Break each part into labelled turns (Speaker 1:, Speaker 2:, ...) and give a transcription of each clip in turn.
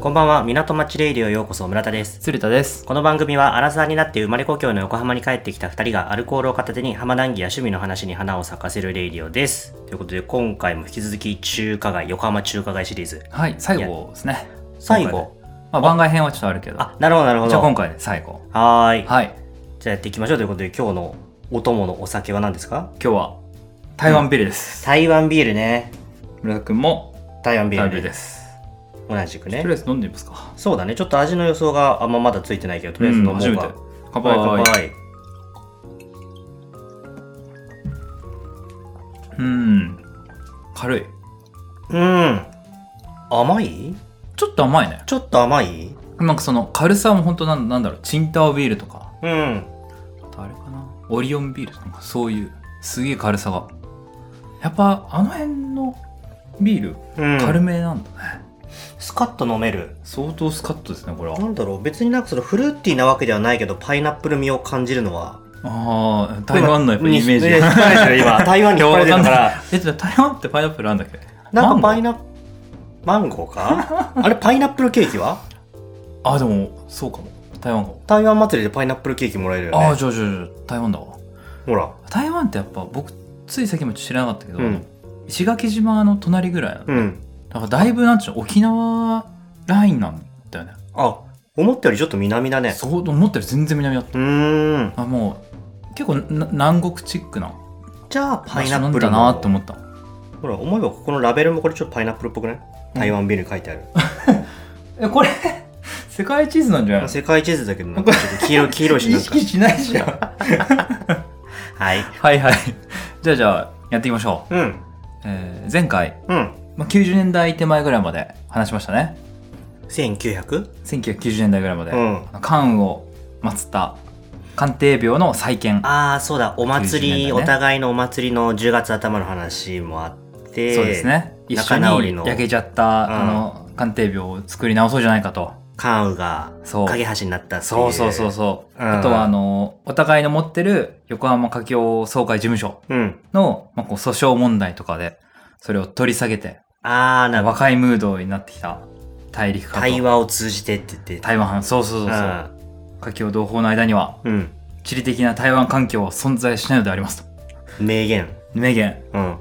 Speaker 1: こんばんは、港町レイディオへようこそ、村田です。
Speaker 2: 鶴田です。
Speaker 1: この番組は、アラサーになって生まれ故郷の横浜に帰ってきた二人が、アルコールを片手に浜談義や趣味の話に花を咲かせるレイディオです。ということで、今回も引き続き、中華街、横浜中華街シリーズ。
Speaker 2: はい、最後ですね。
Speaker 1: 最後。
Speaker 2: まあ、番外編はちょっとあるけど。
Speaker 1: あ、なるほど、なるほ
Speaker 2: じゃあ今
Speaker 1: ど。
Speaker 2: 回で最後。
Speaker 1: はーい。
Speaker 2: はい、
Speaker 1: じゃあやっていきましょうということで、今日のお供のお酒は何ですか
Speaker 2: 今日は台湾ビールです。
Speaker 1: 台湾ビールね。
Speaker 2: 村田くんも
Speaker 1: 台湾ビ
Speaker 2: 台
Speaker 1: ー
Speaker 2: 湾
Speaker 1: ル
Speaker 2: ビー
Speaker 1: ね
Speaker 2: ルです。
Speaker 1: 同じく
Speaker 2: とり
Speaker 1: ね
Speaker 2: あ。えず飲んでみますか。
Speaker 1: そうだね。ちょっと味の予想があんままだついてないけど、とりあえず飲もうか。
Speaker 2: 初めて。乾杯
Speaker 1: はい
Speaker 2: 乾
Speaker 1: 乾
Speaker 2: 杯。
Speaker 1: 杯。
Speaker 2: うん。軽い。
Speaker 1: うん。甘い
Speaker 2: ちょっと甘いね。
Speaker 1: ちょっと甘い
Speaker 2: なんかその軽さも本当なんなんだろう、チンタオビールとか、
Speaker 1: うん。
Speaker 2: あとあれかな、オリオンビールとか、そういう、すげえ軽さが。やっぱあの辺のビール、
Speaker 1: うん、
Speaker 2: 軽めなんだね。
Speaker 1: スカッと飲める
Speaker 2: 相当スカッとですね、これは
Speaker 1: な。んだろう別になんかそのフルーティーなわけではないけどパイナップル味を感じるのは
Speaker 2: ああ、台湾のやっぱイメージ
Speaker 1: に 引っ張られてる今 台湾に引っ張られてるか
Speaker 2: いやわ
Speaker 1: ら
Speaker 2: んないえ、じゃあ台湾ってパイナップルあるんだっけ
Speaker 1: なんかパ
Speaker 2: イ
Speaker 1: イナマンゴー かあれパイナップルケーキは
Speaker 2: あ、でも、そうかも。台湾かも。
Speaker 1: 台湾祭りでパイナップルケーキもらえるよ
Speaker 2: ああ、
Speaker 1: ね
Speaker 2: じゃあじゃあじゃあ台湾だわ。
Speaker 1: ほら
Speaker 2: 台湾ってやっぱ、僕、つい先も知らなかったけど、
Speaker 1: うん
Speaker 2: 石垣島の隣ぐらいなの。
Speaker 1: うん
Speaker 2: だからだいぶ、なんちゅうの、沖縄ラインなんだよね。
Speaker 1: あ思ったよりちょっと南だね
Speaker 2: そう、思ったより全然南だった。
Speaker 1: うーん
Speaker 2: あ、もう、結構な南国チックな
Speaker 1: じゃあパ
Speaker 2: 場
Speaker 1: イ
Speaker 2: 所
Speaker 1: ナ
Speaker 2: な
Speaker 1: ッ
Speaker 2: ん
Speaker 1: プル
Speaker 2: だ
Speaker 1: も
Speaker 2: なって思った。
Speaker 1: ほら思えばここのラベルもこれちょっとパイナップルっぽくない台湾ビールに書いてある、
Speaker 2: え、これ、 世界地図なんじゃないの
Speaker 1: 世界地図だけどなんかちょっと黄色い黄色いし
Speaker 2: 意
Speaker 1: なんか
Speaker 2: 識しないじゃん。
Speaker 1: はい
Speaker 2: はいはい。じゃあじゃあやっていきましょう。
Speaker 1: うん
Speaker 2: えー前回、
Speaker 1: うん
Speaker 2: まあ、90年代手前ぐらいまで話しましたね。
Speaker 1: 1900?
Speaker 2: 1990年代ぐらいまで。
Speaker 1: うん
Speaker 2: あの関羽を祀った鑑定病の再建。
Speaker 1: ああそうだお祭り、
Speaker 2: 90年代ね
Speaker 1: お互いのお祭りの10月頭の話もあって
Speaker 2: そうですね。一緒
Speaker 1: 仲直り
Speaker 2: に
Speaker 1: の
Speaker 2: 焼けちゃった、あの鑑定病を作り直そうじゃないかと。
Speaker 1: 関羽が
Speaker 2: そう
Speaker 1: 影橋になったっていう
Speaker 2: そうそうそうそう。
Speaker 1: うん
Speaker 2: あとはあのお互いの持ってる横浜華僑総会事務所
Speaker 1: うん
Speaker 2: の、まあ、こう訴訟問題とかでそれを取り下げて
Speaker 1: ああなるほど
Speaker 2: 若いムードになってきた大陸化と
Speaker 1: 対話を通じてって言って
Speaker 2: 台湾そうそうそうそう華僑同胞の間には
Speaker 1: うん、
Speaker 2: 地理的な台湾環境は存在しないのでありますと
Speaker 1: うん、名言
Speaker 2: 名言
Speaker 1: うん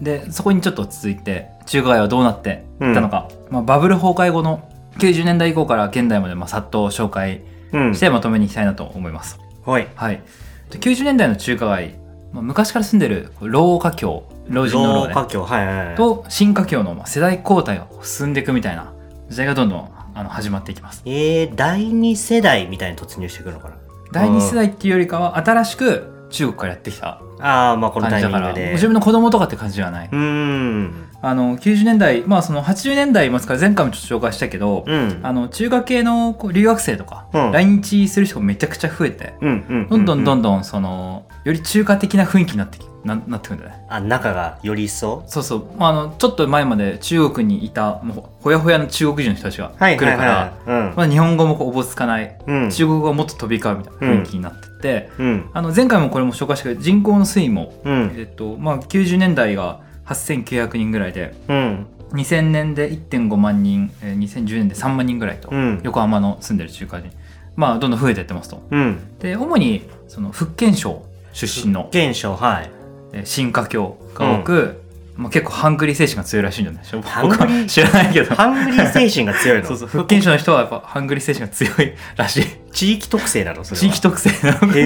Speaker 2: でそこにちょっと続いて中華街はどうなっていったのか、まあ、バブル崩壊後の90年代以降から現代までまあさっと紹介
Speaker 1: うん
Speaker 2: してまとめにいきたいなと思います、
Speaker 1: はい
Speaker 2: はいで90年代の中華街、まあ、昔から住んでる老華僑老人の老、
Speaker 1: 老
Speaker 2: ね、
Speaker 1: 華僑はいはいはい
Speaker 2: と新華僑のまあ世代交代が進んでいくみたいな時代がどんどんあの始まっていきます
Speaker 1: えー、第二世代みたいに突入していくのかな
Speaker 2: 第二世代っていうよりかは新しく中国からやってきた
Speaker 1: ああまあこのタ
Speaker 2: 感じ
Speaker 1: イ
Speaker 2: だ
Speaker 1: ミ
Speaker 2: か
Speaker 1: ン
Speaker 2: ら
Speaker 1: グで
Speaker 2: 自分の子供とかって感じではない、
Speaker 1: うーん
Speaker 2: あの90年代まあその80年代末から前回もちょっと紹介したけど、
Speaker 1: うん
Speaker 2: あの中華系のこう留学生とか、
Speaker 1: うん
Speaker 2: 来日する人がめちゃくちゃ増えて、
Speaker 1: うんうん
Speaker 2: どんどんど
Speaker 1: ん
Speaker 2: んどんそのより中華的な雰囲気になってきななってくるんだね
Speaker 1: あ中がより一層
Speaker 2: そうそう、まあ、あのちょっと前まで中国にいたもうほやほやの中国人の人たちが来るか
Speaker 1: は
Speaker 2: ら、
Speaker 1: いはいはいうん
Speaker 2: まあ、日本語もこうおぼつかない
Speaker 1: うん
Speaker 2: 中国語がもっと飛び交うみたいな雰囲気になってて、
Speaker 1: うん
Speaker 2: あの前回もこれも紹介したけど人口の推移も
Speaker 1: うん
Speaker 2: えっとまあ、90年代が8900人ぐらいで
Speaker 1: うん
Speaker 2: 2000年で1.5万人、えー2010年で3万人ぐらいと、
Speaker 1: うん
Speaker 2: 横浜の住んでる中華人まあどんどん増えていってますと
Speaker 1: うん
Speaker 2: で主にその福建省出身の、
Speaker 1: 現象はい
Speaker 2: えー新華僑が多く、まあ、結構ハングリー精神が強いらしいんじゃないでしょうか僕
Speaker 1: ハングリー
Speaker 2: は知らないけど
Speaker 1: ハングリー精神が強いの
Speaker 2: そうそう福建省の人はやっぱハングリー精神が強いらしい
Speaker 1: 地域特性なのそれは
Speaker 2: 地域特性なので、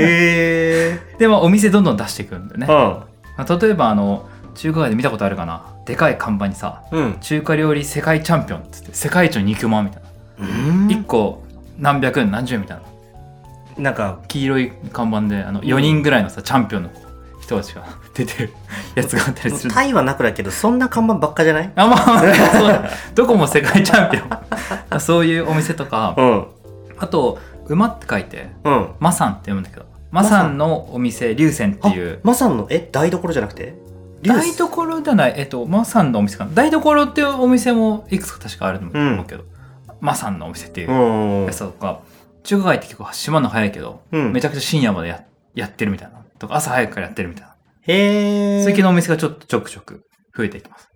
Speaker 1: へえ
Speaker 2: まあ、お店どんどん出していくんだよね、
Speaker 1: うん
Speaker 2: まあ、例えばあの中華街で見たことあるかなでかい看板にさ
Speaker 1: うん
Speaker 2: 中華料理世界チャンピオンっつって世界一の肉まんみたいな、一1個何百円何十円みたいな
Speaker 1: なんか
Speaker 2: 黄色い看板であの4人ぐらいのさ、チャンピオンの人たちが出てるやつがあったりす る
Speaker 1: タイはなくだけどそんな看板ばっかじゃない
Speaker 2: あまあそうだどこも世界チャンピオンそういうお店とか
Speaker 1: ん
Speaker 2: あと馬って書いて
Speaker 1: うん
Speaker 2: マサンって読むんだけどマサンのお店龍泉って
Speaker 1: あ
Speaker 2: いう
Speaker 1: マサンのえ台所じゃなくて
Speaker 2: 台所じゃないえっとマサンのお店かな台所っていうお店もいくつか確かあると思うけど、マサンのお店っていう
Speaker 1: うん
Speaker 2: やつとか中華街って結構閉まるの早いけど、
Speaker 1: うん
Speaker 2: めちゃくちゃ深夜までややってるみたいなとか朝早くからやってるみたいな
Speaker 1: へえ
Speaker 2: そういう系のお店がちょっとちょくちょく増えていきます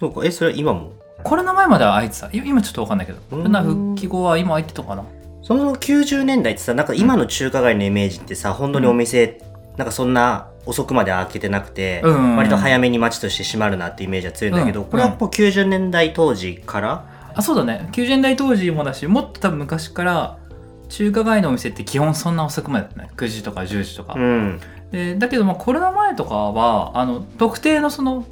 Speaker 1: そうかえそれは今も
Speaker 2: コロナ前までは空いてたい今ちょっと分かんないけどコロナ復帰後は今空いてたのかな
Speaker 1: そもそも90年代ってさなんか今の中華街のイメージってさ本当にお店、なんかそんな遅くまで開けてなくて、
Speaker 2: うんうんうん
Speaker 1: 割と早めに街として閉まるなってイメージは強いんだけど、
Speaker 2: うん
Speaker 1: これはやっぱ90年代当時から、
Speaker 2: あそうだね90年代当時もだしもっと多分昔から中華街のお店って基本そんな遅くまでだったね9時とか10時とか、
Speaker 1: うん、
Speaker 2: でだけどまあコロナ前とかはあの特定のその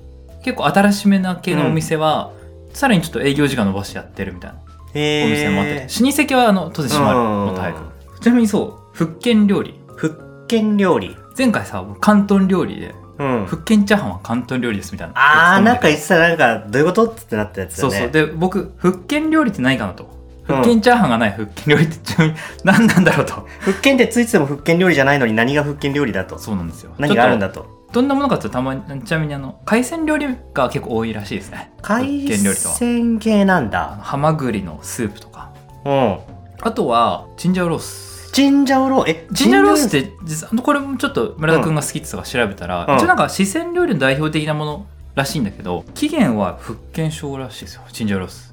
Speaker 2: 結構新しめな系のお店は、さらにちょっと営業時間伸ばしてやってるみたいなお店もあって、
Speaker 1: へえ
Speaker 2: 老舗系はあの当然閉まるもっと早くちなみにそう福建料理
Speaker 1: 福建料理、
Speaker 2: 前回さ広東料理で
Speaker 1: うん、
Speaker 2: 福建チャーハンは広東料理ですみたいな
Speaker 1: あーなんか
Speaker 2: い
Speaker 1: 言ってたなんかどういうことってなったやつだ
Speaker 2: そ
Speaker 1: よ
Speaker 2: う
Speaker 1: ね
Speaker 2: そうで僕福建料理ってないかなと
Speaker 1: うん
Speaker 2: 福建チャーハンがない福建料理ってちなみに 何なんだろうと
Speaker 1: 福建ってついてても福建料理じゃないのに何が福建料理だと
Speaker 2: そうなんですよ
Speaker 1: 何があるん
Speaker 2: ちょ
Speaker 1: だと
Speaker 2: っとどんなものかっていうとたまにちなみにあの海鮮料理が結構多いらしいですね
Speaker 1: 海
Speaker 2: 福建料理とは
Speaker 1: 鮮系なん
Speaker 2: あの
Speaker 1: だ
Speaker 2: ハマグリのスープとか
Speaker 1: うん
Speaker 2: あとはチンジャオロース
Speaker 1: ジンジャオローえ
Speaker 2: チンジャオロースっ
Speaker 1: ジ
Speaker 2: て実はこれもちょっと村田君が好きってとか調べたら、
Speaker 1: うん
Speaker 2: 一応なんか四川料理の代表的なものらしいんだけど起源は福建省らしいですよチンジャオロース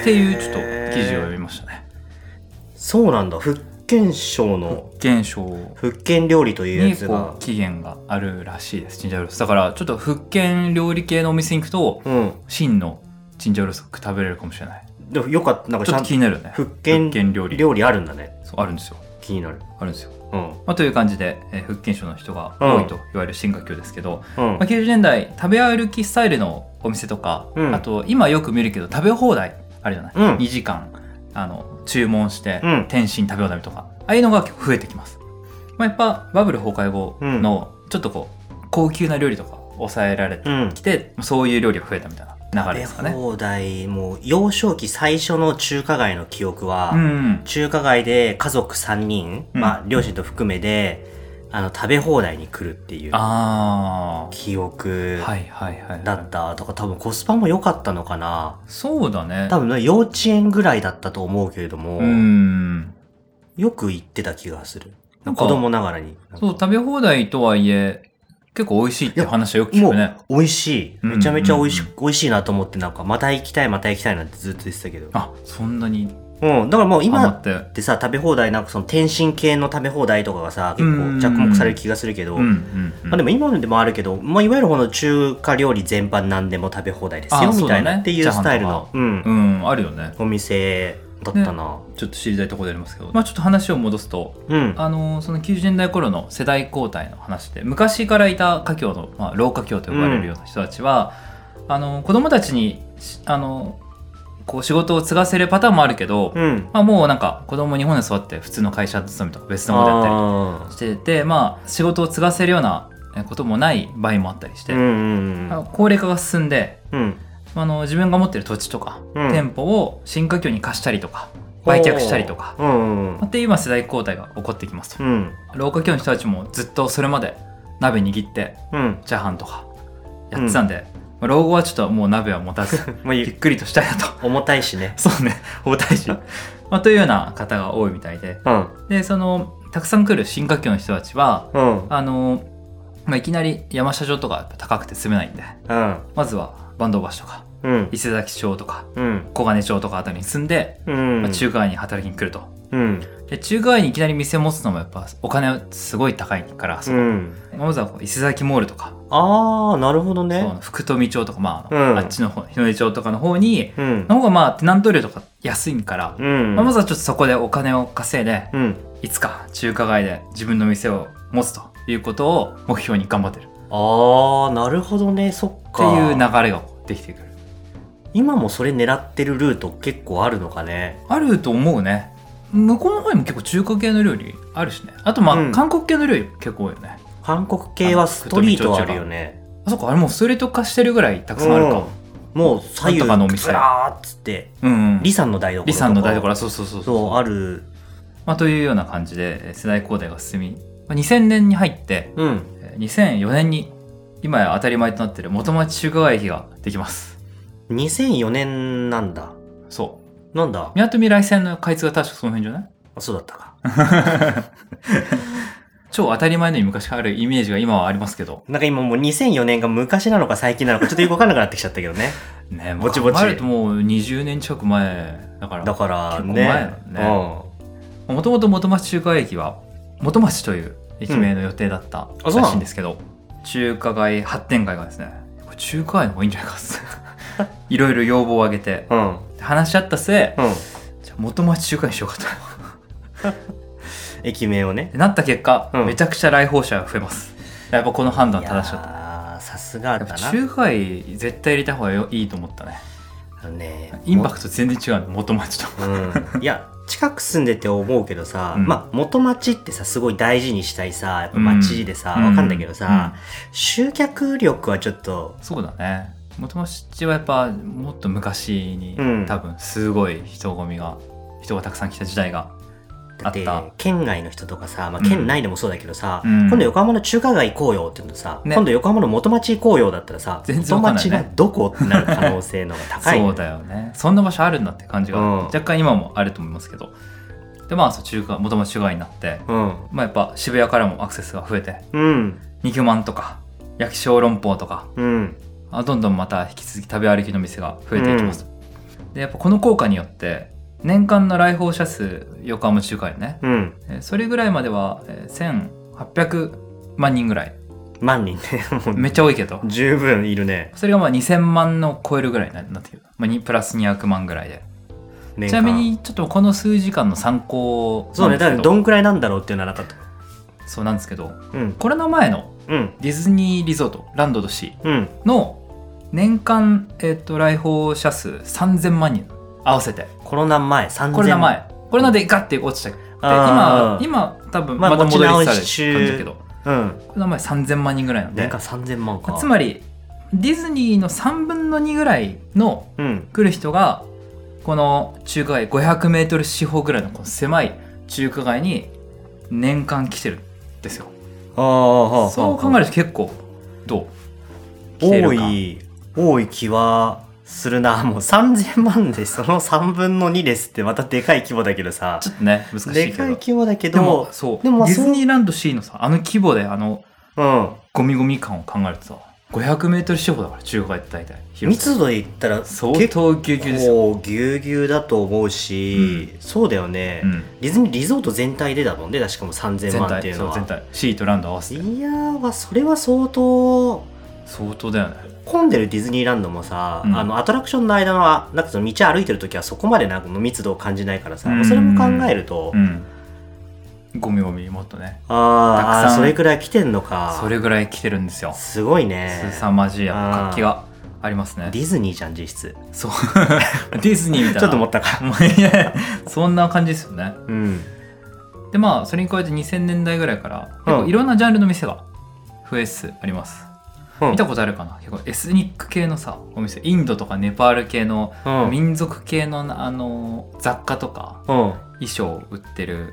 Speaker 2: っていうちょっと記事を読みましたね
Speaker 1: そうなんだ福建省の
Speaker 2: 福建省
Speaker 1: 福建料理というや
Speaker 2: に
Speaker 1: つ
Speaker 2: こ
Speaker 1: が
Speaker 2: う起源があるらしいですチンジャオロースだからちょっと福建料理系のお店に行くと
Speaker 1: うん
Speaker 2: 真のチンジャオロースが食べれるかもしれない
Speaker 1: でもよかったなんか
Speaker 2: ち
Speaker 1: ち
Speaker 2: ょっ
Speaker 1: ゃ
Speaker 2: と
Speaker 1: ん
Speaker 2: 気になるよね
Speaker 1: 福建
Speaker 2: 福建料理
Speaker 1: 料理あるんだね
Speaker 2: そうあるんですよ
Speaker 1: 気になる
Speaker 2: あるんですよ
Speaker 1: うん
Speaker 2: まあ、という感じで、えー福建省の人が多いといわれる新華僑ですけど、
Speaker 1: うん
Speaker 2: まあ、90年代食べ歩きスタイルのお店とか、
Speaker 1: うん
Speaker 2: あと今よく見るけど食べ放題あるじゃない、
Speaker 1: うん
Speaker 2: 2時間あの注文して
Speaker 1: うん
Speaker 2: 天津食べ放題とかああいうのが結構増えてきます、まあ、やっぱバブル崩壊後のちょっとこう高級な料理とか抑えられて
Speaker 1: うん
Speaker 2: きて、そういう料理が増えたみたいな流れです
Speaker 1: 食
Speaker 2: か
Speaker 1: べ
Speaker 2: ね
Speaker 1: 放題もう幼少期最初の中華街の記憶は、
Speaker 2: うん
Speaker 1: 中華街で家族3人、
Speaker 2: うん
Speaker 1: まあ両親と含めであの食べ放題に来るっていう
Speaker 2: あ
Speaker 1: 記
Speaker 2: あ
Speaker 1: 憶
Speaker 2: はいはいはい
Speaker 1: だったとか多分コスパも良かったのかな
Speaker 2: そうだね
Speaker 1: 多分ね幼稚園ぐらいだったと思うけれども、
Speaker 2: うん
Speaker 1: よく行ってた気がする
Speaker 2: な
Speaker 1: 子
Speaker 2: んか
Speaker 1: 供ながらに
Speaker 2: そう、食べ放題とはいえ、結構美味しいっていう話はよく聞
Speaker 1: も
Speaker 2: くね。
Speaker 1: う美味しい
Speaker 2: うん
Speaker 1: めちゃめちゃ美味し,、
Speaker 2: うん
Speaker 1: 美味しいなと思ってなんかまた行きたいまた行きたいなんてずっと言ってたけど
Speaker 2: あ、そんなに
Speaker 1: うんだからもう
Speaker 2: ハマ
Speaker 1: 今
Speaker 2: って。
Speaker 1: でさ食べ放題なんかその天津系の食べ放題とかがさ結
Speaker 2: うん
Speaker 1: 構着目される気がするけど、
Speaker 2: うんうん、うん。
Speaker 1: まあ、でも今のでもあるけど、まあ、いわゆるこの中華料理全般何でも食べ放題です
Speaker 2: あ
Speaker 1: よ
Speaker 2: そ
Speaker 1: み
Speaker 2: うだ
Speaker 1: た
Speaker 2: ね
Speaker 1: いなってい
Speaker 2: チャ
Speaker 1: う
Speaker 2: ーハ
Speaker 1: ス
Speaker 2: ンとか
Speaker 1: タイルの、うん
Speaker 2: うん、あるよね。
Speaker 1: お店だったな、
Speaker 2: ちょっと知りたいところでありますけど、まあちょっと話を戻すと、
Speaker 1: うん
Speaker 2: あのーその90年代頃の世代交代の話で、昔からいた華僑の、まあ、老華僑と呼ばれるような人たちは、あのー子供たちに、しあのーこう仕事を継がせるパターンもあるけど、
Speaker 1: うん
Speaker 2: まあもうなんか子供日本で育って普通の会社勤めとか別のものやったり
Speaker 1: あ
Speaker 2: してて、まあ、仕事を継がせるようなこともない場合もあったりして、
Speaker 1: ーうんうん
Speaker 2: あの高齢化が進んで
Speaker 1: うん
Speaker 2: あの自分が持ってる土地とか、
Speaker 1: うん
Speaker 2: 店舗を新華僑に貸したりとか売却したりとか
Speaker 1: うんうん
Speaker 2: って今世代交代が起こってきますと、
Speaker 1: うん
Speaker 2: 老化協の人たちもずっとそれまで鍋握って
Speaker 1: うん
Speaker 2: チャーハンとかやってたんで、まあ老後はちょっともう鍋は 持たず
Speaker 1: まあ
Speaker 2: ゆ
Speaker 1: ゆ
Speaker 2: っくりとしたいなと
Speaker 1: 重たいしね
Speaker 2: そうね大太子、まあ、というような方が多いみたいで
Speaker 1: うん
Speaker 2: でそのたくさん来る新華僑の人たちは
Speaker 1: うん
Speaker 2: あのまあ、いきなり山下城とかやっぱ高くて住めないんで
Speaker 1: うん
Speaker 2: まずは坂東橋とか
Speaker 1: うん
Speaker 2: 伊勢崎町とか
Speaker 1: うん
Speaker 2: 小金町とかあたりに住んで、
Speaker 1: うん
Speaker 2: まあ、中華街に働きに来ると、
Speaker 1: うん
Speaker 2: で中華街にいきなり店持つのもやっぱお金すごい高いからそこ、
Speaker 1: うん
Speaker 2: まずはこう伊勢崎モールとか、
Speaker 1: ああなるほどね
Speaker 2: そう福富町とか、まああの
Speaker 1: うん
Speaker 2: あっちの方日の出町とかの方に
Speaker 1: うん
Speaker 2: の方がまあテナント料とか安いから、
Speaker 1: うん
Speaker 2: まあ、まずはちょっとそこでお金を稼いで、
Speaker 1: うん
Speaker 2: いつか中華街で自分の店を持つということを目標に頑張ってるっ
Speaker 1: ああなるほどねそってか
Speaker 2: いう流れができてくる。
Speaker 1: 今もそれ狙ってるルート結構あるのかね
Speaker 2: あると思うね向こうの方にも結構中華系の料理あるしねあとまあ、
Speaker 1: うん
Speaker 2: 韓国系の料理結構多いよね
Speaker 1: 韓国系はストリートあるよね
Speaker 2: あそっかあれもうストレート化してるぐらいたくさんあるか
Speaker 1: うんもう左右
Speaker 2: なんとかのお店
Speaker 1: ずらーっつって
Speaker 2: うん、うん、
Speaker 1: 李さんの台所とか
Speaker 2: 李さんの台所そうそうそうそう
Speaker 1: そうある
Speaker 2: まあ、というような感じでえー世代交代が進みまあ2000年に入って
Speaker 1: うん
Speaker 2: えー2004年に今や当たり前となってる元町中華街駅ができます
Speaker 1: 2004年なんだ
Speaker 2: そう
Speaker 1: なんだ
Speaker 2: みなとみらい線の開通が確かその辺じゃない
Speaker 1: あそうだったか
Speaker 2: 超当たり前のように昔からあるイメージが今はありますけど
Speaker 1: なんか今もう2004年が昔なのか最近なのかちょっとよくわかんなくなってきちゃったけどね
Speaker 2: ね
Speaker 1: ぼちぼち
Speaker 2: 考えるともう20年近く前だから
Speaker 1: だから
Speaker 2: 結構前だ
Speaker 1: ね
Speaker 2: ねもともと元町中華駅は元町という駅名の予定だった
Speaker 1: あ
Speaker 2: ら
Speaker 1: そうなの
Speaker 2: しいんですけど、中華街発展会がですねこれ中華街の方がいいんじゃないかっ つっていろいろ要望を上げて
Speaker 1: うんう ん
Speaker 2: 話し合った末
Speaker 1: うん
Speaker 2: じゃあ元町中華にしようかとっ
Speaker 1: 駅名をね
Speaker 2: てなった結果、
Speaker 1: うん
Speaker 2: めちゃくちゃ来訪者が増えますやっぱこの判断正しかった
Speaker 1: たさすが
Speaker 2: や
Speaker 1: だ
Speaker 2: っぱ
Speaker 1: な
Speaker 2: 中華街絶対入れた方がよいいと思ったね
Speaker 1: あのね
Speaker 2: インパクト全然違うの元町と
Speaker 1: うん、いや近く住んでて思うけどさ、
Speaker 2: うん
Speaker 1: まあ元町ってさすごい大事にしたいさやっぱ町でさ、
Speaker 2: う
Speaker 1: わかんだけどさ、集客力はちょっと
Speaker 2: うんそうだね元町はやっぱもっと昔に、
Speaker 1: うん
Speaker 2: 多分すごい人混みが人がたくさん来た時代が
Speaker 1: だって
Speaker 2: あった
Speaker 1: 県外の人とかさ、まあ、
Speaker 2: うん
Speaker 1: 県内でもそうだけどさ、
Speaker 2: うん
Speaker 1: 今度横浜の中華街行こうよって言うとさ、
Speaker 2: ね
Speaker 1: 今度横浜の元町行こうよだったらさ、
Speaker 2: 全
Speaker 1: 元
Speaker 2: 然わかんない
Speaker 1: 町
Speaker 2: ね
Speaker 1: がどこってなる可能性の方が高い、
Speaker 2: そうだよねそんな場所あるんだって感じが、
Speaker 1: うん
Speaker 2: 若干今もあると思いますけどでまあそう中華元町中華街になって、
Speaker 1: うん
Speaker 2: まあ、やっぱ渋谷からもアクセスが増えて
Speaker 1: うん
Speaker 2: 肉まんとか焼き小籠包とか
Speaker 1: うん
Speaker 2: あどんどんまた引き続き食べ歩きの店が増えていきますと、でやっぱこの効果によって年間の来訪者数横浜中華街ね、
Speaker 1: うん
Speaker 2: えーそれぐらいまではえー1800万人ぐらい
Speaker 1: 万人ねもう
Speaker 2: めっちゃ多いけど
Speaker 1: 十分いるね
Speaker 2: それがまあ2000万の超えるぐらいにななってくる、まあ、にプラス200万ぐらいで
Speaker 1: 年
Speaker 2: ちな
Speaker 1: 間
Speaker 2: みにちょっとこの数時間の参考
Speaker 1: そうねだからど
Speaker 2: ん
Speaker 1: んくらいなんだろうっていうのはなかった
Speaker 2: そうなんですけど
Speaker 1: うん
Speaker 2: コロナ前の
Speaker 1: うん
Speaker 2: ディズニーリゾートランドとシ
Speaker 1: うん
Speaker 2: ーの年間、えー、と来訪者数3000万人合わせて
Speaker 1: コロナ前3000
Speaker 2: コロナ前コロナでガッて落ちたで
Speaker 1: あ
Speaker 2: 今
Speaker 1: ー
Speaker 2: 今多分
Speaker 1: まあ
Speaker 2: また戻りつつある感
Speaker 1: 持ち直し中
Speaker 2: じだけど、
Speaker 1: うん
Speaker 2: コロナ前3000万人ぐらいなんで
Speaker 1: 年間3000万か
Speaker 2: つまりディズニーの3分の2ぐらいの
Speaker 1: うん
Speaker 2: 来る人がこの中華街 500m 四方ぐらいのこの狭い中華街に年間来てるんですよ
Speaker 1: ああ
Speaker 2: そう考えると結構どう来て
Speaker 1: 多
Speaker 2: るか
Speaker 1: い多い気はするな もう3000万でその3分の2ですってまたでかい規模だけどさ
Speaker 2: ちょっとね難しい
Speaker 1: で
Speaker 2: け
Speaker 1: かい
Speaker 2: ど
Speaker 1: 規模だけ
Speaker 2: でも
Speaker 1: ど
Speaker 2: そう
Speaker 1: でもまあ
Speaker 2: ディ
Speaker 1: そう
Speaker 2: ズニーランド C のさあの規模であの
Speaker 1: うん
Speaker 2: ゴミゴミ感を考えるとさ 500m 四方だから中華街って大体広さ
Speaker 1: 密度で言ったら
Speaker 2: 相当ぎゅうぎゅうですよ、
Speaker 1: 構ぎゅうぎゅうだと思うし、そうだよね、
Speaker 2: うん、
Speaker 1: ディズニーリゾート全体でだもんね確かも3000
Speaker 2: 全
Speaker 1: 万ってい
Speaker 2: 体
Speaker 1: うの
Speaker 2: そう
Speaker 1: は
Speaker 2: 全体 C とランド合わせて
Speaker 1: いやーまあそれは相当
Speaker 2: 相当だよね
Speaker 1: 混んでるディズニーランドもさ、
Speaker 2: うん
Speaker 1: あのアトラクションの間のあなんかその道歩いてる時はそこまでなんか密度を感じないからさ、
Speaker 2: うん
Speaker 1: それも考えると、
Speaker 2: うんゴミゴミもっとね
Speaker 1: あ
Speaker 2: たく
Speaker 1: ーあー
Speaker 2: さん
Speaker 1: それくらい来てんのか
Speaker 2: それぐらい来てるんですよ
Speaker 1: すごいね
Speaker 2: 凄まじいやっぱ活気がありますね
Speaker 1: ディズニーじゃん実質
Speaker 2: そうディズニーみたいな
Speaker 1: ちょっと持ったか
Speaker 2: もういやそんな感じですよね
Speaker 1: うん
Speaker 2: でまあそれに加えて2000年代ぐらいから結
Speaker 1: う
Speaker 2: 構
Speaker 1: ん
Speaker 2: いろんなジャンルの店が増えつつあります、
Speaker 1: うん
Speaker 2: 見たことあるかな結構エスニック系のさお店インドとかネパール系の
Speaker 1: うん
Speaker 2: 民族系のなあの雑貨とか
Speaker 1: うん
Speaker 2: 衣装を売ってる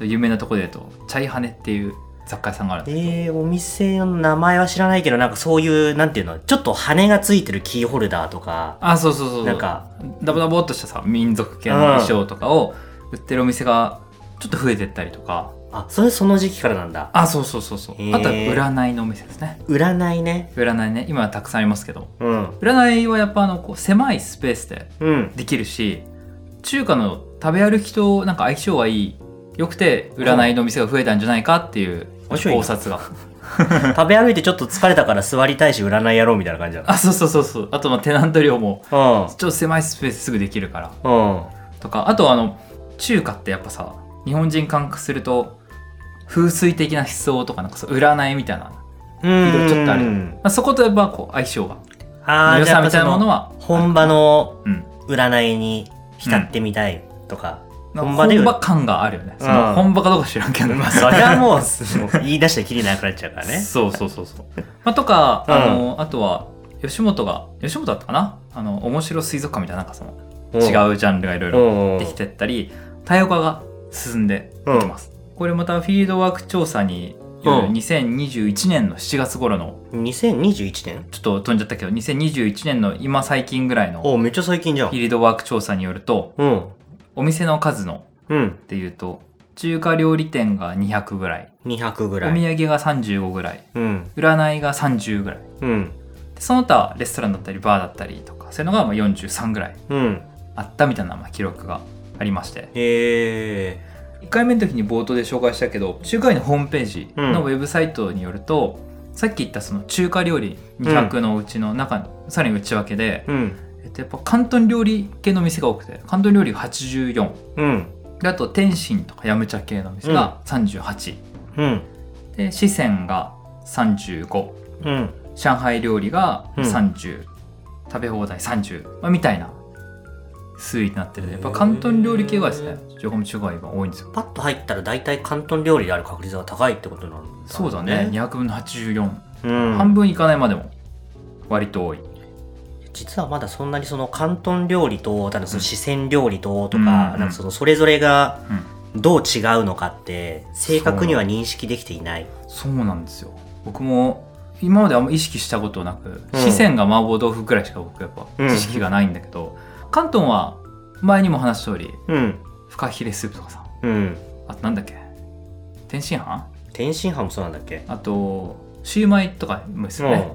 Speaker 2: 有名なとこで言うとチャイハネっていう雑貨屋さんがあるんですけど
Speaker 1: えー、お店の名前は知らないけどなんかそういうなんていうのちょっと羽がついてるキーホルダーとか
Speaker 2: あそうそうそう
Speaker 1: なんか
Speaker 2: ダボダボっとしたさ民族系の衣装とかを売ってるお店がちょっと増えてったりとか
Speaker 1: あそれその時期からなんだ
Speaker 2: あそうそうそうそう
Speaker 1: へー
Speaker 2: あとは占いのお店ですね
Speaker 1: 占いね
Speaker 2: 占いね今はたくさんありますけど
Speaker 1: うん
Speaker 2: 占いはやっぱあのこう狭いスペースで
Speaker 1: うん
Speaker 2: できるし中華の食べ歩きとなんか相性がいいよくて占いのお店が増えたんじゃないかっていう
Speaker 1: 面白いな
Speaker 2: 考察が
Speaker 1: 食べ歩いてちょっと疲れたから座りたいし占いやろうみたいな感じだ
Speaker 2: あそうそうそうそうあとまあテナント料も
Speaker 1: うん
Speaker 2: ちょっと狭いスペースすぐできるから
Speaker 1: うん
Speaker 2: とかあとあの中華ってやっぱさ日本人感覚すると風水的な思想とかなんかそう占いみたいな、ま
Speaker 1: うん
Speaker 2: ちょっとあるあ、そことやっぱこう相性が
Speaker 1: あー
Speaker 2: 良
Speaker 1: じゃ
Speaker 2: さ
Speaker 1: あや
Speaker 2: み
Speaker 1: っぱ
Speaker 2: たいな
Speaker 1: そ
Speaker 2: もの
Speaker 1: の
Speaker 2: は
Speaker 1: 本場の
Speaker 2: うん
Speaker 1: 占いに浸ってみたいとか、
Speaker 2: なんか
Speaker 1: 本場で
Speaker 2: 本場感があるよね、
Speaker 1: うん
Speaker 2: その本場かどうか知らんけ ど、
Speaker 1: まあそれはもうもう言い出したらきりなくなっちゃうからね
Speaker 2: そうそうそうそう、まあ、とか、
Speaker 1: うん
Speaker 2: あのあとは吉本が吉本だったかなあの面白水族館みたいななんかその違うジャンルがいろいろ
Speaker 1: う
Speaker 2: できてったり多様化が進んでいきます、これまたフィールドワーク調査による
Speaker 1: うん
Speaker 2: 2021年の7月頃の
Speaker 1: 2021年
Speaker 2: ちょっと飛んじゃったけど2021年の今最近ぐらいのフ
Speaker 1: おめっちゃ最近じゃ
Speaker 2: ィ
Speaker 1: ん
Speaker 2: ールドワーク調査によると
Speaker 1: うん
Speaker 2: お店の数の
Speaker 1: うん
Speaker 2: っていうと中華料理店が200ぐらい
Speaker 1: 200ぐ
Speaker 2: お土
Speaker 1: らい
Speaker 2: 産が35ぐらい
Speaker 1: うん
Speaker 2: 占いが30ぐらい
Speaker 1: うん
Speaker 2: でその他レストランだったりバーだったりとかそういうのがまあ43ぐらい
Speaker 1: うん。
Speaker 2: あったみたいなまあ記録がありまして
Speaker 1: え
Speaker 2: 1回目の時に冒頭で紹介したけど中華街のホームページのウェブサイトによると、さっき言ったその中華料理200のうちの中に、さらに内訳で
Speaker 1: ー。、うん。
Speaker 2: えっと、やっぱ広東料理系の店が多くて広東料理が84
Speaker 1: うん。
Speaker 2: であと天津とかヤムチャ系の店が38、
Speaker 1: うん。
Speaker 2: で四川が35
Speaker 1: うん。
Speaker 2: 上海料理が
Speaker 1: うん
Speaker 2: 30、食べ放題30、まあ、みたいな推移になってるのでやっぱ
Speaker 1: へー
Speaker 2: 広東料理系がですね情報中華街が多いんですよ
Speaker 1: パッと入ったら大体広東料理である確率が高いってことなんだ、ね。
Speaker 2: そうだね。200分の84、
Speaker 1: うん。
Speaker 2: 半分いかないまでも割と多い
Speaker 1: 実はまだそんなにその広東料理と多分その四川料理ととか、
Speaker 2: うん
Speaker 1: なんかそのそれぞれが
Speaker 2: う
Speaker 1: どう違うのかって正確には認識できていない。
Speaker 2: そうなんですよ僕も今まであんま意識したことなく、
Speaker 1: うん
Speaker 2: 四川が麻婆豆腐くらいしか僕やっぱ
Speaker 1: うん
Speaker 2: 知識がないんだけど、広東は前にも話した通り
Speaker 1: うん。
Speaker 2: フカヒレスープとかさ
Speaker 1: うん。
Speaker 2: あとなんだっけ天津飯
Speaker 1: 天津飯もそうなんだっけ
Speaker 2: あとシューマイとかもですよね、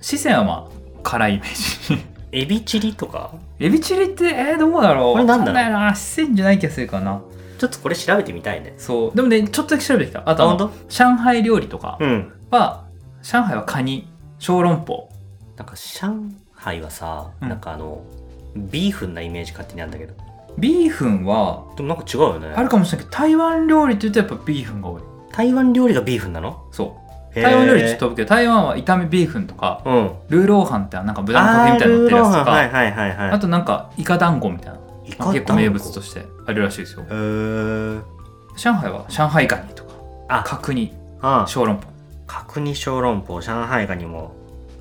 Speaker 2: 四川はまあ辛いイメージ
Speaker 1: うん。エビチリとか
Speaker 2: エビチリってえー、どうだろう
Speaker 1: これなんだろう
Speaker 2: わかないな四川じゃない気がするかな
Speaker 1: ちょっとこれ調べてみたいね。
Speaker 2: そうでもねちょっとだけ調べてきたあと
Speaker 1: あ、
Speaker 2: あ
Speaker 1: 本
Speaker 2: の
Speaker 1: 当？
Speaker 2: 上海料理とか
Speaker 1: うん。
Speaker 2: は、上海はカニ小籠包
Speaker 1: なんか上海はさ、
Speaker 2: うん
Speaker 1: なんかあのビーフンなイメージ勝手にあるんだけど
Speaker 2: ビーフンは
Speaker 1: でもなんか違うよね
Speaker 2: あるかもしれないけど台湾料理というとやっぱビーフンが多い
Speaker 1: 台湾料理がビーフンなの
Speaker 2: そう
Speaker 1: へー
Speaker 2: 台湾料理ちょっと飛ぶけど台湾は炒めビーフンとか
Speaker 1: うん
Speaker 2: ルーローハンってなんか豚の角煮みたいに乗ってるやつと
Speaker 1: あールーロー
Speaker 2: か
Speaker 1: ハン
Speaker 2: あ,、
Speaker 1: はいはいはいはい
Speaker 2: となんかイカ団子みたいな
Speaker 1: イカ
Speaker 2: 結構
Speaker 1: 団子
Speaker 2: 名物としてあるらしいですよ
Speaker 1: へー
Speaker 2: 上海は上海ガニとか
Speaker 1: あ
Speaker 2: 角煮
Speaker 1: あ
Speaker 2: 小籠包
Speaker 1: 角煮小籠包上海ガニも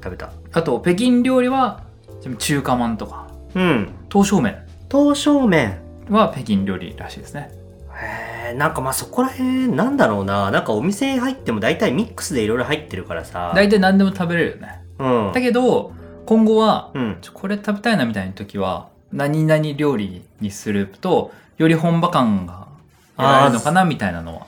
Speaker 1: 食べた
Speaker 2: あと北京料理は中華まんとか
Speaker 1: うん
Speaker 2: 刀削麺
Speaker 1: 刀削麺
Speaker 2: は北京料理らしいですね
Speaker 1: へーなんかまあそこら辺なんだろうななんかお店入っても大体ミックスでいろいろ入ってるからさ
Speaker 2: 大体何でも食べれるよね
Speaker 1: うん
Speaker 2: だけど今後は
Speaker 1: うん
Speaker 2: ちょこれ食べたいなみたいな時は何々料理にするとより本場感が得られるのかなみたいなのは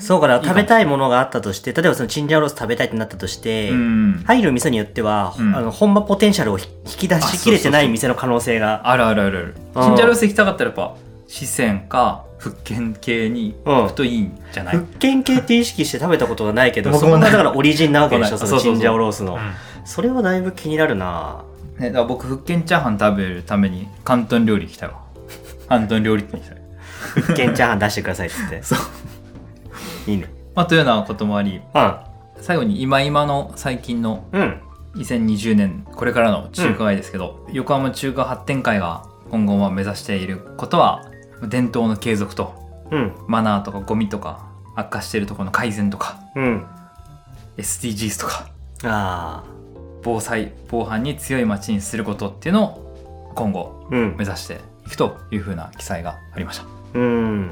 Speaker 1: そうかない
Speaker 2: いかも
Speaker 1: 食べたいものがあったとして例えばそのチンジャオロース食べたいってなったとして、
Speaker 2: うん
Speaker 1: 入る店によっては、
Speaker 2: うん
Speaker 1: あの本場ポテンシャルを引引き出しきれてない店の可能性が
Speaker 2: あるあるあるあ
Speaker 1: うん
Speaker 2: るチンジャオロース行きたかったらやっぱ四川か福建系に行くといいんじゃない、
Speaker 1: 福建系って意識して食べたことがないけど
Speaker 2: 僕
Speaker 1: そ
Speaker 2: も
Speaker 1: こ
Speaker 2: ない
Speaker 1: がだからオリジンなわけでしょ そ
Speaker 2: 僕もない
Speaker 1: のチンジャオロース
Speaker 2: う
Speaker 1: の
Speaker 2: ん
Speaker 1: それはだいぶ気になる な
Speaker 2: ね、だから僕福建チャーハン食べるために広東料理行きた いわ広東料理店行きたい、
Speaker 1: 福建チャーハン出してくださいっつって
Speaker 2: そう
Speaker 1: いいね
Speaker 2: まあ、というようなこともあり
Speaker 1: うん
Speaker 2: 最後に今今の最近の
Speaker 1: うん
Speaker 2: 2020年これからの中華街ですけど、横浜中華発展会が今後も目指していることは伝統の継続と
Speaker 1: うん
Speaker 2: マナーとかゴミとか悪化しているところの改善とか
Speaker 1: うん
Speaker 2: SDGs とか
Speaker 1: ああ
Speaker 2: 防災防犯に強い街にすることっていうのを今後
Speaker 1: うん
Speaker 2: 目指していくというふうな記載がありました。
Speaker 1: うん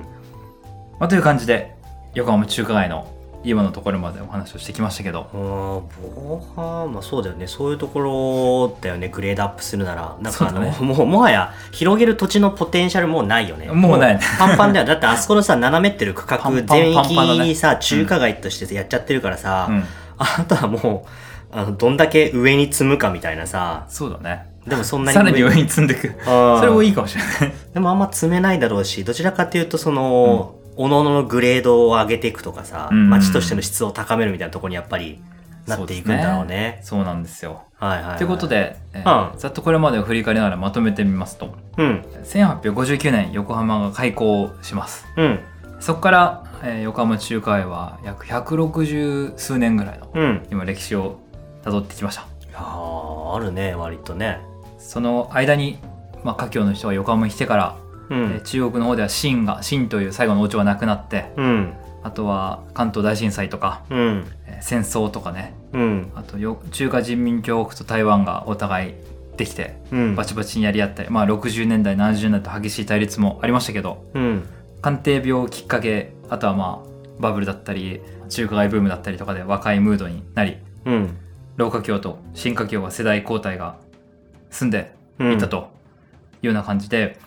Speaker 2: まあ、という感じで横浜中華街の今のところまでお話をしてきましたけど
Speaker 1: あー防犯まあそうだよねそういうところだよねグレードアップするならなんかあの、
Speaker 2: そうだ
Speaker 1: もうもはや広げる土地のポテンシャルもうないよね
Speaker 2: もうないね
Speaker 1: パンパンだよだってあそこのさ斜めってる区画
Speaker 2: パンパン
Speaker 1: 全
Speaker 2: パンパンだ
Speaker 1: 域
Speaker 2: ね
Speaker 1: にさ中華街としてやっちゃってるからさ、
Speaker 2: うん
Speaker 1: あとはもうあのどんだけ上に積むかみたいなさ
Speaker 2: そうだね
Speaker 1: でもそんなに
Speaker 2: さらに上に積んでいく
Speaker 1: そ
Speaker 2: それもい
Speaker 1: い
Speaker 2: いかもしれない
Speaker 1: でもあんま積めないだろうしどちらかというとその、おのおののグレードを上げていくとかさ、
Speaker 2: うん
Speaker 1: 街としての質を高めるみたいなところにやっぱりなっていくんだろうね。
Speaker 2: そうなんですよ
Speaker 1: はいはいはい
Speaker 2: ということ、で、えー
Speaker 1: うん
Speaker 2: ざっとこれまでを振り返りながらまとめてみますと
Speaker 1: うん
Speaker 2: 1859年横浜が開港します
Speaker 1: うん
Speaker 2: そこから、えー横浜中華街は約160数年ぐらいの
Speaker 1: うん、
Speaker 2: 今歴史をたどってきました
Speaker 1: いやーあるね割とね。
Speaker 2: その間に、まあ、華僑の人が横浜に来てから、
Speaker 1: う
Speaker 2: えー
Speaker 1: ん
Speaker 2: 中国の方では清が清という最後の王朝がなくなって
Speaker 1: うん
Speaker 2: あとは関東大震災とか、
Speaker 1: うん
Speaker 2: えー戦争とかね
Speaker 1: うん
Speaker 2: あとよ中華人民共和国と台湾がお互いできて
Speaker 1: うん
Speaker 2: バチバチにやり合ったり、まあ、60年代70年代と激しい対立もありましたけど
Speaker 1: うん
Speaker 2: 官邸病をきっかけあとはまあバブルだったり中華街ブームだったりとかで若いムードになり
Speaker 1: うん
Speaker 2: 老華僑と新華僑が世代交代が住んで
Speaker 1: うん
Speaker 2: いたというような感じで、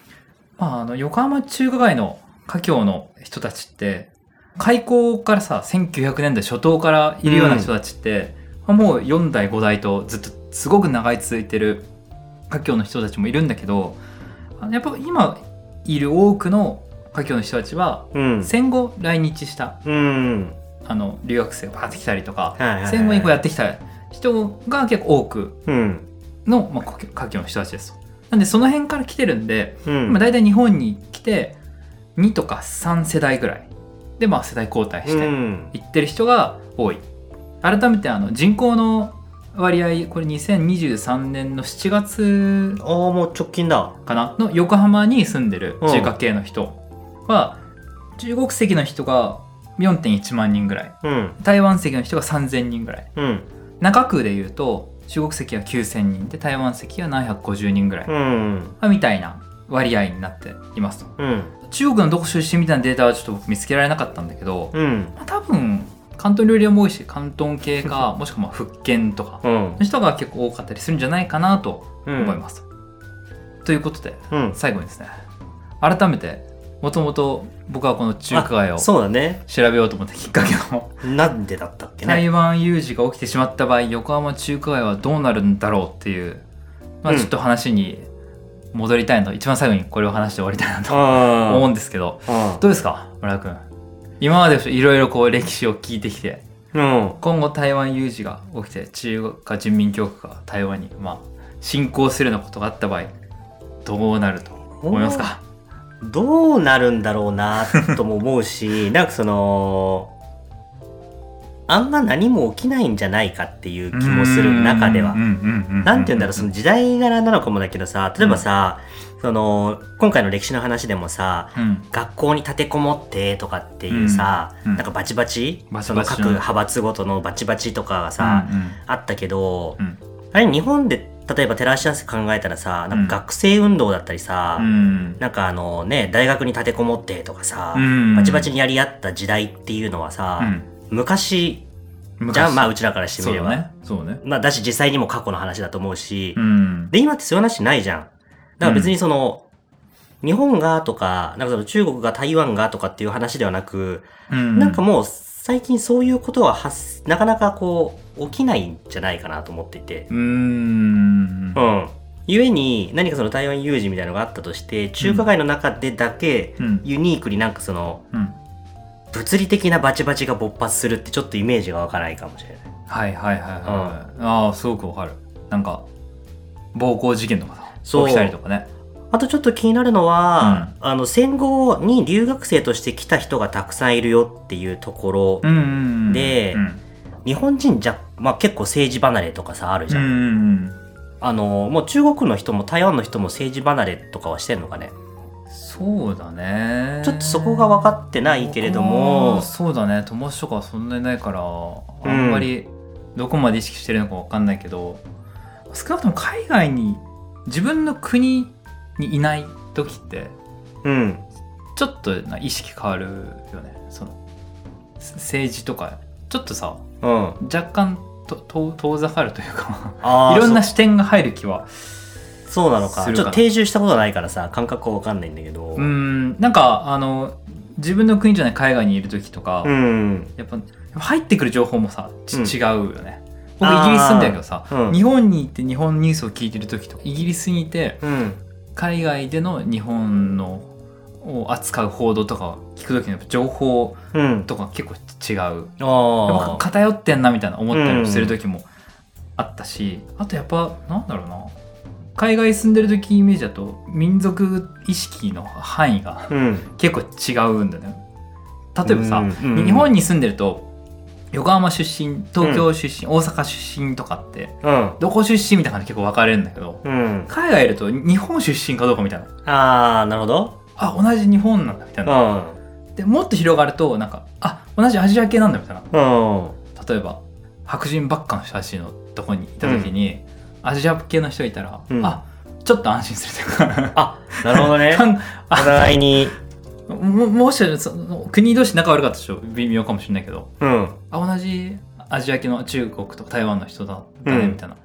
Speaker 2: まあ、あの横浜中華街の華僑の人たちって開港からさ1900年代初頭からいるような人たちって、もう4代5代とずっとすごく長い続いてる華僑の人たちもいるんだけどあのやっぱ今いる多くの華僑の人たちは
Speaker 1: うん
Speaker 2: 戦後来日した
Speaker 1: うん
Speaker 2: あの留学生がバーって来たりとか、
Speaker 1: はいはいはい
Speaker 2: 戦後にこうやってきた人が結構多く
Speaker 1: うん
Speaker 2: の、まあ、華僑華僑の人たちですとなんでその辺から来てるんで、
Speaker 1: うん
Speaker 2: まあ、大体日本に来て2とか3世代ぐらいで、まあ、世代交代して
Speaker 1: うん
Speaker 2: 行ってる人が多い改めてあの人口の割合これ2023年の7月
Speaker 1: ああもう直近だ
Speaker 2: かなの横浜に住んでる中華系の人は中国籍の人が4.1万人ぐらい
Speaker 1: うん
Speaker 2: 台湾籍の人が3000人ぐらい
Speaker 1: うん
Speaker 2: 中区でいうと中国籍は9000人で台湾籍は750人ぐらい
Speaker 1: うん
Speaker 2: みたいな割合になっていますと
Speaker 1: うん
Speaker 2: 中国のどこ出身みたいなデータはちょっと僕見つけられなかったんだけど、
Speaker 1: うん
Speaker 2: まあ、多分広東料理屋も多いし広東系 かもしくはまあ福建とか
Speaker 1: うん
Speaker 2: の人が結構多かったりするんじゃないかなと
Speaker 1: うん
Speaker 2: 思います、ということで
Speaker 1: うん
Speaker 2: 最後にですね改めてもともと僕はこの中華街を
Speaker 1: あ
Speaker 2: 調
Speaker 1: そうだね
Speaker 2: べようと思ったきっかけの
Speaker 1: なんでだったっけね
Speaker 2: 台湾有事が起きてしまった場合横浜中華街はどうなるんだろうっていう、まあ、
Speaker 1: うん
Speaker 2: ちょっと話に戻りたいの、一番最後にこれを話して終わりたいなと
Speaker 1: あ
Speaker 2: 思う
Speaker 1: ー
Speaker 2: んですけど
Speaker 1: あ
Speaker 2: どうですか村田君今までいろいろこう歴史を聞いてきて
Speaker 1: ーうん
Speaker 2: 今後台湾有事が起きて中華人民共和国が台湾に、まあ、侵攻するようなことがあった場合どうなると思いますか
Speaker 1: どうなるんだろうなとも思うし なんかそのあんま何も起きないんじゃないかっていう気もする中では
Speaker 2: うん。うんうんうん
Speaker 1: なんて言うんだろうその時代柄なのかもだけどさ例えばさ、その今回の歴史の話でもさ
Speaker 2: うん
Speaker 1: 学校に立てこもってとかっていうさ、
Speaker 2: うんうん
Speaker 1: なんかバチバチ
Speaker 2: バチ
Speaker 1: その
Speaker 2: バチの
Speaker 1: 各派閥ごとのバチバチとかがさ、あったけど、
Speaker 2: うん
Speaker 1: あれ日本で例えば照らし合わせて考えたらさなんか学生運動だったりさ、
Speaker 2: うんうん
Speaker 1: なんかあのね大学に立てこもってとかさ、
Speaker 2: うん
Speaker 1: バチバチにやり合った時代っていうのはさ、
Speaker 2: うん
Speaker 1: 昔
Speaker 2: 昔
Speaker 1: じゃんまあうちらからして
Speaker 2: そ
Speaker 1: みれ
Speaker 2: うだ
Speaker 1: ば、
Speaker 2: ねそうね
Speaker 1: まあ、だし実際にも過去の話だと思うし、
Speaker 2: うん
Speaker 1: で今ってそういう話ないじゃんだから別にその、日本がとかなんかその中国が台湾がとかっていう話ではなく、なんかもう最近そういうことは発なかなかこう起きないんじゃないかなと思っていて、
Speaker 2: うーん
Speaker 1: うん。ゆえに何かその台湾有事みたいなのがあったとして中華街の中でだけ
Speaker 2: うん
Speaker 1: ユニークになんかその
Speaker 2: うん
Speaker 1: 物理的なバチバチが勃発するってちょっとイメージがわからないかもしれない。
Speaker 2: はいはいはいはいああすごくわかるなんか暴行事件とかさ
Speaker 1: そう
Speaker 2: 起きたりとかね
Speaker 1: あとちょっと気になるのは、あの戦後に留学生として来た人がたくさんいるよっていうところ、
Speaker 2: うんうんうん
Speaker 1: で
Speaker 2: うん
Speaker 1: 日本人じゃ、まあ、結構政治離れとかさあるじ
Speaker 2: う
Speaker 1: ゃん、
Speaker 2: ん
Speaker 1: あのもう中国の人も台湾の人も政治離れとかはしてんのかね
Speaker 2: そうだね
Speaker 1: ちょっとそこが分かってないけれど
Speaker 2: 僕
Speaker 1: も
Speaker 2: はそうだね友達とかはそんなにないからあ
Speaker 1: うん
Speaker 2: んまりどこまで意識してるのか分かんないけど、少なくとも海外に自分の国にいない時って
Speaker 1: うん
Speaker 2: ちょっとな意識変わるよねそのせ政治とかちょっとさ
Speaker 1: うん
Speaker 2: 若干とと遠ざかるというか
Speaker 1: あー
Speaker 2: いろんな視点が入る気は
Speaker 1: そうなのか
Speaker 2: する
Speaker 1: ちょ
Speaker 2: か
Speaker 1: っ
Speaker 2: な
Speaker 1: と定住したことないからさ感覚は分かんないんだけど
Speaker 2: うーんなんかあの自分の国じゃない海外にいる時とか、
Speaker 1: うん
Speaker 2: やっぱやっぱ入ってくる情報もさち
Speaker 1: うん
Speaker 2: 違うよね、
Speaker 1: あー
Speaker 2: 僕イギリス住んだけどさ、
Speaker 1: うん
Speaker 2: 日本に行って日本ニュースを聞いてる時とかイギリスにいて
Speaker 1: うん
Speaker 2: 海外での日本のを扱う報道とかを聞く時のやっぱ情報
Speaker 1: うん
Speaker 2: とか結構違うやっ
Speaker 1: あ
Speaker 2: ぱ偏ってんなみたいな思ったりもする時もあったし、あとやっぱなんだろうな海外住んでる時イメージだと民族意識の範囲が
Speaker 1: あうん
Speaker 2: 結構違うんだよね例えばさ、
Speaker 1: うんうん
Speaker 2: 日本に住んでると横浜出身東京出身、大阪出身とかって
Speaker 1: うん
Speaker 2: どこ出身みたいな感じで結構分かれるんだけど
Speaker 1: うん
Speaker 2: 海外いると日本出身かどうかみたいな
Speaker 1: ああなるほど
Speaker 2: あ同じ日本なんだみたいうな、でもっと広がるとなんかあ同じアジア系なんだみたいなん
Speaker 1: うん
Speaker 2: 例えば白人ばっかの人たちのとこにいた時に、アジア系の人いたら、
Speaker 1: うん
Speaker 2: あちょっと安心するというか
Speaker 1: あなるほどね
Speaker 2: かん
Speaker 1: お互いに
Speaker 2: ももしその国同士仲悪かったとし微妙かもしれないけど
Speaker 1: うん
Speaker 2: あ同じアジア系の中国とか台湾の人だった
Speaker 1: う
Speaker 2: ね
Speaker 1: ん
Speaker 2: みたいな、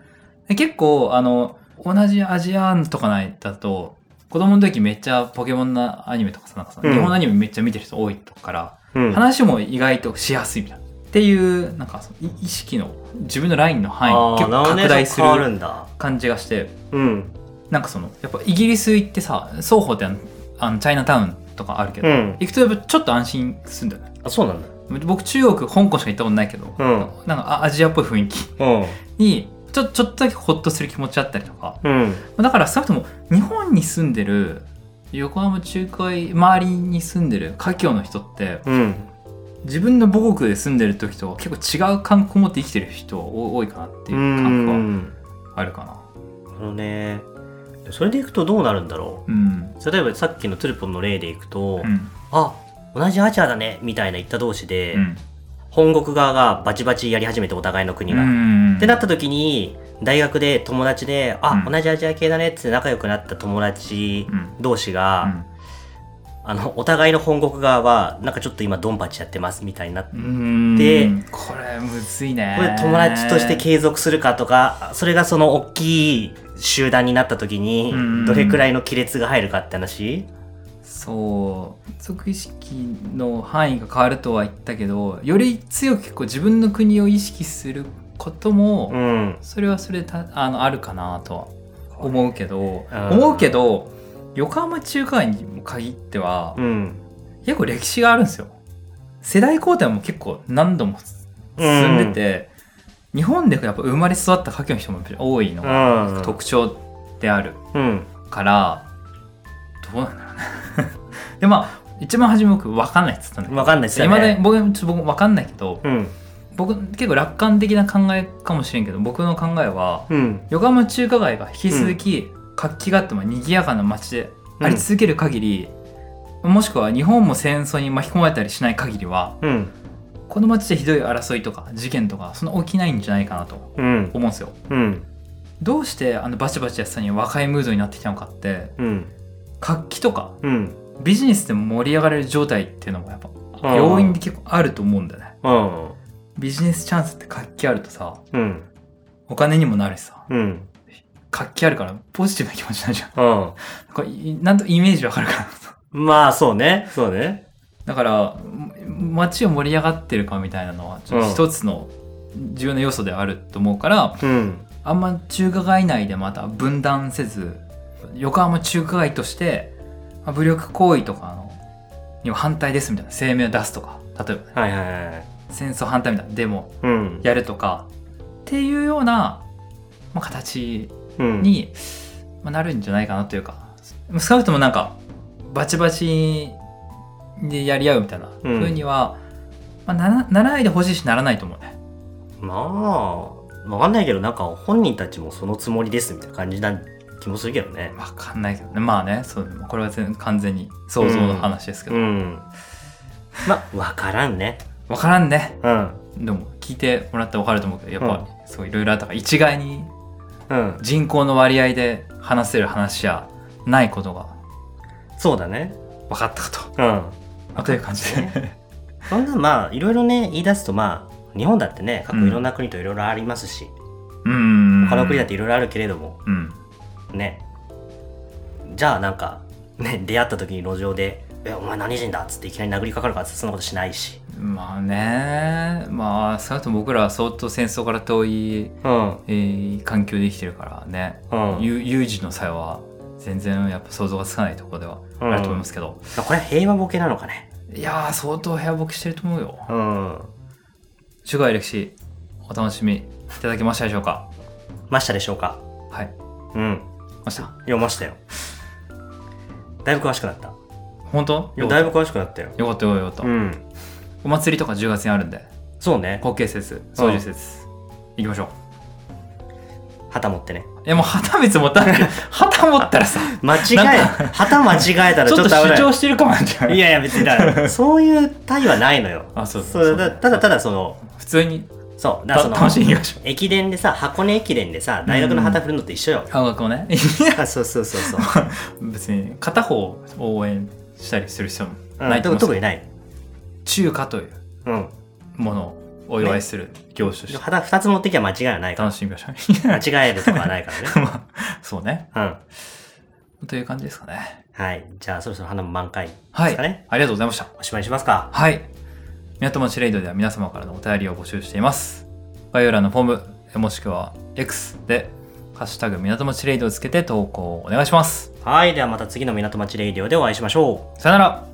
Speaker 2: で結構あの同じアジアンとかないだと子供の時めっちゃポケモンのアニメとかさなんかさ、
Speaker 1: うん
Speaker 2: 日本のアニメめっちゃ見てる人多いとかから、
Speaker 1: うん
Speaker 2: 話も意外としやすいみたいなっていうなんかそのい意識の自分のラインの範囲
Speaker 1: あ
Speaker 2: 結
Speaker 1: ーなるほ
Speaker 2: 構
Speaker 1: どね
Speaker 2: 拡大す
Speaker 1: 変わる
Speaker 2: る
Speaker 1: んだ。
Speaker 2: 感じがして
Speaker 1: うん。
Speaker 2: なんかそのやっぱイギリス行ってさ双方ってあのあのチャイナタウンとかあるけど、
Speaker 1: うん。
Speaker 2: 行くとやっぱちょっと安心するんだよね
Speaker 1: あ、そうなんだ。
Speaker 2: 僕中国香港しか行ったことないけど、
Speaker 1: うん
Speaker 2: なんかあアジアっぽい雰囲気
Speaker 1: うん。
Speaker 2: にちょちょっとだけホッとする気持ちあったりとか
Speaker 1: うん。
Speaker 2: だから少なくとも日本に住んでる横浜中華街周りに住んでる華僑の人って
Speaker 1: うん。
Speaker 2: 自分の母国で住んでる時と結構違う感覚を持って生きてる人多いかなっていうう感覚
Speaker 1: ん。
Speaker 2: はあるかな。
Speaker 1: なるほどね。それでいくとどうなるんだろ
Speaker 2: うん、
Speaker 1: う。例えばさっきのトゥルポンの例でいくと、
Speaker 2: うん
Speaker 1: あ同じアジアだねみたいな言った同士で、
Speaker 2: うん
Speaker 1: 本国側がバチバチやり始めてお互いの国が。
Speaker 2: うん
Speaker 1: ってなった時に大学で友達で「あ、
Speaker 2: うん
Speaker 1: 同じアジア系だね」って仲良くなった友達
Speaker 2: うん
Speaker 1: 同士が、あのお互いの本国側はなんかちょっと今ドンパチやってますみたいになって、
Speaker 2: うん
Speaker 1: で
Speaker 2: これむずいね
Speaker 1: これ友達として継続するかとかそれがその大きい集団になった時に
Speaker 2: うん
Speaker 1: どれくらいの亀裂が入るかって話、
Speaker 2: そう属意識の範囲が変わるとは言ったけどより強く結構自分の国を意識することも、
Speaker 1: うん、
Speaker 2: それはそれでたあのあるかなとは思うけど、
Speaker 1: うん
Speaker 2: 思うけど横浜中華街にも限っては、
Speaker 1: うん、
Speaker 2: 結構歴史があるんですよ世代交代も結構何度も進んでて、日本でやっぱ生まれ育った華僑の人も多いの
Speaker 1: う
Speaker 2: が
Speaker 1: ん、
Speaker 2: 特徴である
Speaker 1: うん、
Speaker 2: からどうなんだろうな でまあ一番初め僕分かんないっつったんだけど
Speaker 1: わかんないですよ
Speaker 2: いまだ
Speaker 1: ね
Speaker 2: に。僕ちょっと僕分かんないけど
Speaker 1: うん、
Speaker 2: 僕結構楽観的な考えかもしれんけど僕の考えは
Speaker 1: うん、
Speaker 2: 横浜中華街が引き続き活気があっても賑やかな街であり続ける限り、もしくは日本も戦争に巻き込まれたりしない限りは
Speaker 1: うん、
Speaker 2: この街でひどい争いとか事件とかそんな起きないんじゃないかなと思
Speaker 1: うん、
Speaker 2: うんですよ。
Speaker 1: うん、
Speaker 2: どうしてあのバチバチやってたのに若いムードになってきたのかって
Speaker 1: うん、
Speaker 2: 活気とか
Speaker 1: うん、
Speaker 2: ビジネスでも盛り上がれる状態っていうのもやっぱ
Speaker 1: うん
Speaker 2: 要因で結構あると思うんだよね
Speaker 1: うん、
Speaker 2: ビジネスチャンスって活気あるとさ
Speaker 1: うん、
Speaker 2: お金にもなるしさ
Speaker 1: うん。
Speaker 2: 活気あるからポジティブな気持ちになるじゃん
Speaker 1: うん。
Speaker 2: これいなんとイメージわかるかな
Speaker 1: まあ、そうね。そうね。
Speaker 2: だからん街が盛り上がってるかみたいなのはちょっと一つの重要な要素であると思うから、
Speaker 1: うん。
Speaker 2: あんま中華街内でまた分断せず横浜中華街としてまあ武力行為とかのには反対ですみたいな声明を出すとか例えばね
Speaker 1: はいはいはい。
Speaker 2: 戦争反対みたいなデモ
Speaker 1: うん。
Speaker 2: やるとかっていうような、まあ、形
Speaker 1: うん。
Speaker 2: に、まあ、なるんじゃないかなというか少なくともなんかバチバチでやり合うみたいなふ
Speaker 1: うん
Speaker 2: うには、まあ、ならならないでほしいしならないと思うね。
Speaker 1: まあ、わかんないけど、なんか本人たちもそのつもりですみたいな感じな気もするけどね。
Speaker 2: わかんないけどねまあねそうこれは全完全に想像の話ですけど、
Speaker 1: う
Speaker 2: わ
Speaker 1: ん。まあ、わからんね。
Speaker 2: からんね
Speaker 1: うん。
Speaker 2: でも聞いてもらったら分かると思うけどやっ
Speaker 1: う
Speaker 2: ぱ、そういろいろあったから一概に
Speaker 1: うん。
Speaker 2: 人口の割合で話せる話じゃないことが
Speaker 1: そうだね。
Speaker 2: 分かったか
Speaker 1: うん。
Speaker 2: とという感じで。
Speaker 1: そんな、まあ、いろいろね、言い出すと、まあ、日本だってね、過去いろんな国といろいろありますし、
Speaker 2: うん
Speaker 1: 他の国だっていろいろあるけれども、
Speaker 2: うん
Speaker 1: ねじゃあなんか、ね、出会った時に路上で「えお前何人だ?」っつっていきなり殴りかかるからっつってそんなことしないし
Speaker 2: まあねまあ少なくとも僕らは相当戦争から遠い、
Speaker 1: うん
Speaker 2: えー環境で生きてるからね、
Speaker 1: うん
Speaker 2: 有有事の際は全然やっぱ想像がつかないところでは
Speaker 1: うん
Speaker 2: あると思いますけど、
Speaker 1: これは平和ボケなのかね
Speaker 2: いやー相当部屋ボケしてると思うよ
Speaker 1: うん
Speaker 2: 中華歴史お楽しみいただけましたでしょうか
Speaker 1: ましたでしょうか
Speaker 2: はい
Speaker 1: うん
Speaker 2: ました
Speaker 1: 読ましたよだいぶ詳しくなったい
Speaker 2: 本当
Speaker 1: やだいぶ詳しくなったよ
Speaker 2: よかったよよかった、
Speaker 1: うん
Speaker 2: お祭りとか10月にあるんで
Speaker 1: そうね
Speaker 2: 後継節操縦節、行きましょう
Speaker 1: 旗持ってね
Speaker 2: いやもう旗別持たない旗持ったらさ
Speaker 1: 間違え旗間違えたら
Speaker 2: ち
Speaker 1: ち
Speaker 2: ょ
Speaker 1: ょ
Speaker 2: っ
Speaker 1: っと危
Speaker 2: と主
Speaker 1: な
Speaker 2: 張
Speaker 1: い
Speaker 2: してるかもなんじゃない
Speaker 1: いやいや別にだ からそういう対はないのよ
Speaker 2: あそう
Speaker 1: そ
Speaker 2: そう
Speaker 1: うだただただその
Speaker 2: 普通に
Speaker 1: そうだ
Speaker 2: た
Speaker 1: からその
Speaker 2: 楽しんでいきましょう
Speaker 1: 駅伝でさ箱根駅伝でさ大学の旗振るのと一緒 よ、
Speaker 2: 青学をね
Speaker 1: あ そうそうそうそう、
Speaker 2: 別に片方を応援したりする必要も
Speaker 1: うん、
Speaker 2: ないと思うんです
Speaker 1: 特
Speaker 2: よ
Speaker 1: にない、
Speaker 2: 中華という
Speaker 1: うん、
Speaker 2: ものをお祝いする業種として
Speaker 1: 旗2つ持ってきゃ間違いはないか
Speaker 2: 楽しみましょう
Speaker 1: ら間違えるとかはない からね
Speaker 2: まあそうね
Speaker 1: うん
Speaker 2: という感じですかね
Speaker 1: はいじゃあそろそろ花も満開です
Speaker 2: はい
Speaker 1: かね
Speaker 2: ありがとうございました
Speaker 1: おしまいにしますか
Speaker 2: はい港町レイドでは皆様からのお便りを募集しています。概要欄のフォーム、えもしくは X で、ハッシュタグ港町レイドをつけて投稿をお願いします。
Speaker 1: はい。ではまた次の港町レイディオでお会いしましょう。
Speaker 2: さよなら